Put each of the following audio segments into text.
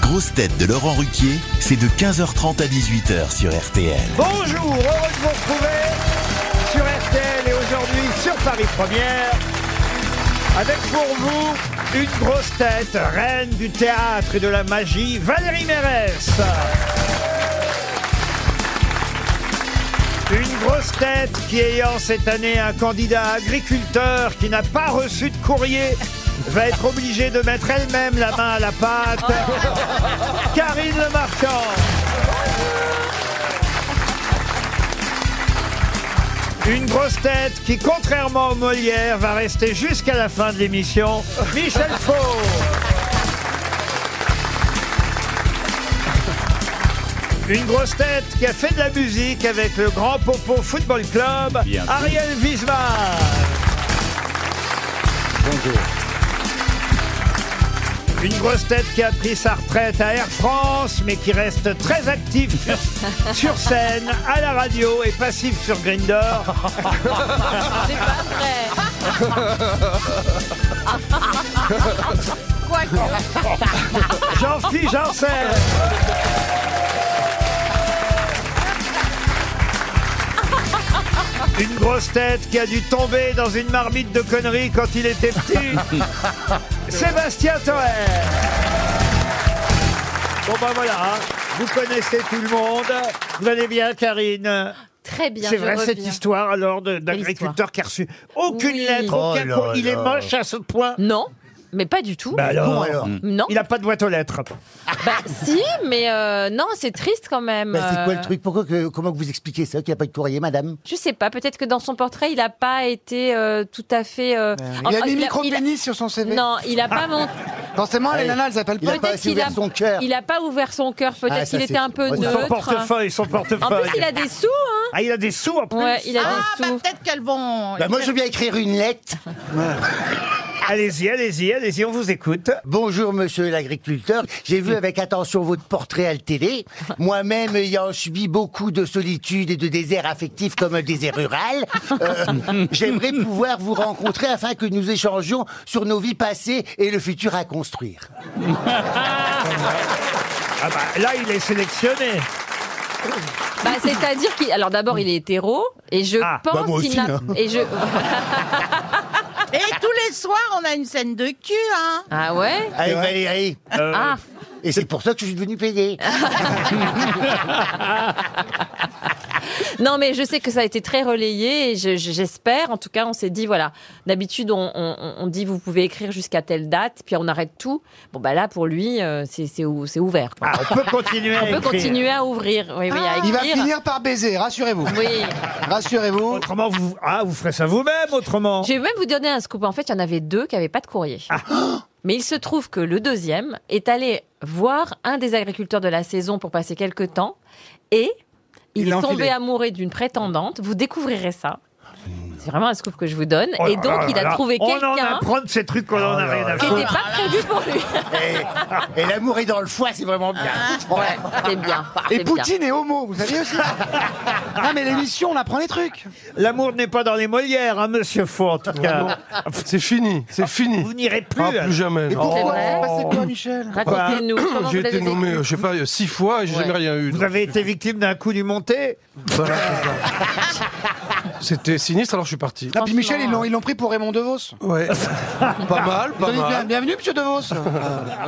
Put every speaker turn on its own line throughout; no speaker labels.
grosses têtes de Laurent Ruquier, c'est de 15h30 à 18h sur RTL.
Bonjour, heureux de vous retrouver sur RTL et aujourd'hui sur Paris Première. Avec pour vous une grosse tête, reine du théâtre et de la magie, Valérie Mérès. Une grosse tête qui ayant cette année un candidat agriculteur qui n'a pas reçu de courrier va être obligée de mettre elle-même la main à la pâte. Karine Le Marchand. Une grosse tête qui, contrairement au Molière, va rester jusqu'à la fin de l'émission, Michel Faux. Une grosse tête qui a fait de la musique avec le Grand Popo Football Club,
Bien.
Ariel Wiesmann.
Bonjour.
Une grosse tête qui a pris sa retraite à Air France, mais qui reste très active sur, sur scène, à la radio et passive sur Grindr. J'en suis, j'en sais. Une grosse tête qui a dû tomber dans une marmite de conneries quand il était petit. Sébastien Toer. Bon ben voilà, hein. vous connaissez tout le monde. Vous allez bien, Karine
Très bien.
C'est
je
vrai cette
reviens.
histoire alors de- d'agriculteur qui a reçu aucune
Oui.
lettre, aucun
Oh là
cour- Il est
là.
moche à ce point.
Non, mais pas du tout.
Bah alors,
Bon, alors.
non,
il n'a pas de boîte aux lettres.
bah si, mais euh, non, c'est triste quand même.
Bah, c'est quoi
Euh,
le truc Pourquoi que- Comment que vous expliquez ça qu'il n'y a pas de courrier, madame
Je sais pas, peut-être que dans son portrait, il a pas été euh, tout à fait. euh,
Il a
enfin,
mis
il a-
micro
il a-
pénis sur son CV.
Non, il a pas montré.
Forcément, les
Allez.
nanas, elles appellent
Il
pas.
a pas
Peut-être
assez
qu'il
ouvert
a-
son cœur.
Il a pas ouvert son cœur, peut-être
Ah, ça,
qu'il était
c'est-
un peu
Son
Son
neutre.
portefeuille, son portefeuille.
En plus, il a des sous, hein.
Ah, il a des sous en plus.
Ouais, il a
Ah,
des
bah
sous.
peut-être qu'elles vont.
Bah, moi, je veux bien écrire une lettre.
Allez-y, allez-y, allez-y, on vous écoute.
Bonjour, monsieur l'agriculteur. J'ai vu avec attention votre portrait à la télé. Moi-même, ayant subi beaucoup de solitude et de désert affectif comme un désert rural, euh, j'aimerais pouvoir vous rencontrer afin que nous échangions sur nos vies passées et le futur à construire.
Ah bah, là, il est sélectionné.
Bah, c'est-à-dire qu'il. Alors d'abord, il est hétéro, et je
Ah,
pense
bah, moi
qu'il
aussi,
n'a.
hein.
Et je.
Et tous les soirs, on a une scène de cul, hein.
Ah ouais.
Allez, Valérie.
Euh,
Ah.
Et c'est pour ça que je suis devenu payé.
Non, mais je sais que ça a été très relayé et je- je- j'espère. En tout cas, on s'est dit, voilà, d'habitude, on, on- on dit vous pouvez écrire jusqu'à telle date, puis on arrête tout. Bon, bah là, pour lui, euh, c'est c'est ou- c'est ouvert. quoi.
Ah, on peut continuer à
on peut
écrire.
continuer à ouvrir. Oui, oui, à
Ah. Il va
écrire.
finir par baiser, rassurez-vous.
Oui.
Rassurez-vous.
Autrement, vous, ah, vous ferez ça vous-même, autrement.
Je vais même vous donner un scoop. En fait, il y en avait deux qui n'avaient pas de courrier. Mais il se trouve que le deuxième est allé voir un des agriculteurs de la saison pour passer quelques temps et il,
Il
est
l'a
tombé
enfilé.
amoureux d'une prétendante. Vous découvrirez ça. C'est vraiment un scoop que je vous donne.
Oh
et
là
donc,
là
il a
là là.
trouvé
On en
quelqu'un
apprend de ces trucs qu'on en a rien à
qui n'était
foutre.
pas prévu pour lui.
Et, et l'amour est dans le foie, c'est vraiment bien.
Oh Ouais, c'est bien.
Et
Oh, c'est bien.
Poutine est homo, vous saviez aussi Non, mais l'émission, on apprend les trucs.
L'amour n'est pas dans les Molières, hein, monsieur Faux, en tout cas.
C'est fini, c'est fini.
Vous n'irez plus. hein.
Ah,
alors.
plus jamais.
Et
non.
C'est
pourquoi
vrai.
C'est passé quoi, Michel
Racontez-nous. comment
J'ai
vous
été
l'avez
nommé,
vécu.
euh, je sais pas, euh, six fois et j'ai
Ouais.
jamais rien eu.
Vous avez été victime d'un coup du monté.
C'était sinistre, alors je suis parti.
Non, Ah, puis Michel, ils l'ont, ils l'ont pris pour Raymond DeVos.
Ouais. pas mal,
Ils ont
pas
dit, bien-
mal.
bienvenue, monsieur DeVos. Euh,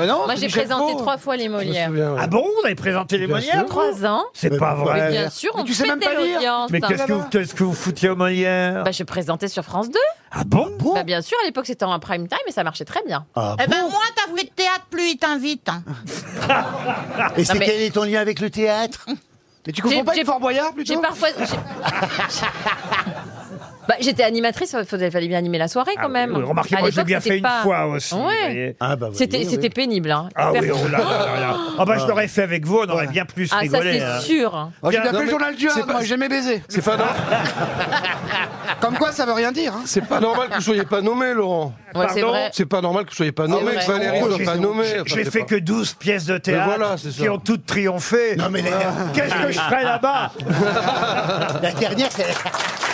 mais non,
Moi,
c'est
j'ai
Michel
présenté
Faux.
trois fois les
Je me
Molières.
souviens, ouais.
Ah bon, vous avez présenté les
Bien
Molières
Trois ans.
C'est pas
Mais
vrai.
bien sûr,
Mais
on
tu sais même
fêtait
pas lire.
l'audience.
Mais qu'est-ce que, vous, qu'est-ce que vous foutiez aux Molières
Bah, je présentais sur France 2.
Ah bon
Bah, bien sûr, à l'époque c'était en prime time et ça marchait très bien.
Ah.
eh ben, moi, t'as fait de théâtre, plus ils t'invitent. hein.
Et c'est
Ah. Non, mais-
quel est ton lien avec le théâtre
Mais tu
J'ai-
comprends pas
j'ai-
les Fort Boyard
J'ai
plutôt
parfois. j'ai- Bah, j'étais animatrice, il fallait bien animer la soirée quand
Ah
même.
oui, remarquez,
À
moi, j'ai
l'époque,
bien
c'était
fait
pas-
une fois aussi.
Ouais.
vous voyez.
Ah bah vous
C'était
voyez, oui.
c'était pénible. Hein.
Ah oui,
Personne-
oh là là là là. Ah bah, je l'aurais fait avec vous, on aurait bien plus
Ah, ça
rigolé.
c'est
hein.
sûr.
Oh, J'ai
Bien,
appelé
non,
le journal du
c'est
Havre,
pas-
moi, j'ai jamais baisé.
C'est pas, no-
Ah.
Comme quoi, ça veut rien dire. hein.
c'est pas normal que vous soyez pas nommé, Laurent.
Ouais, c'est
Pardon,
vrai.
C'est pas normal que vous soyez pas nommé,
vrai.
que Valérie
Oh,
soit
j'ai-
pas nommée.
Je n'ai
Enfin,
fait
c'est
que 12 pièces de théâtre
Mais voilà, c'est ça.
qui ont toutes triomphé.
Non mais la,
Qu'est-ce que je ferais là-bas
la dernière, c'est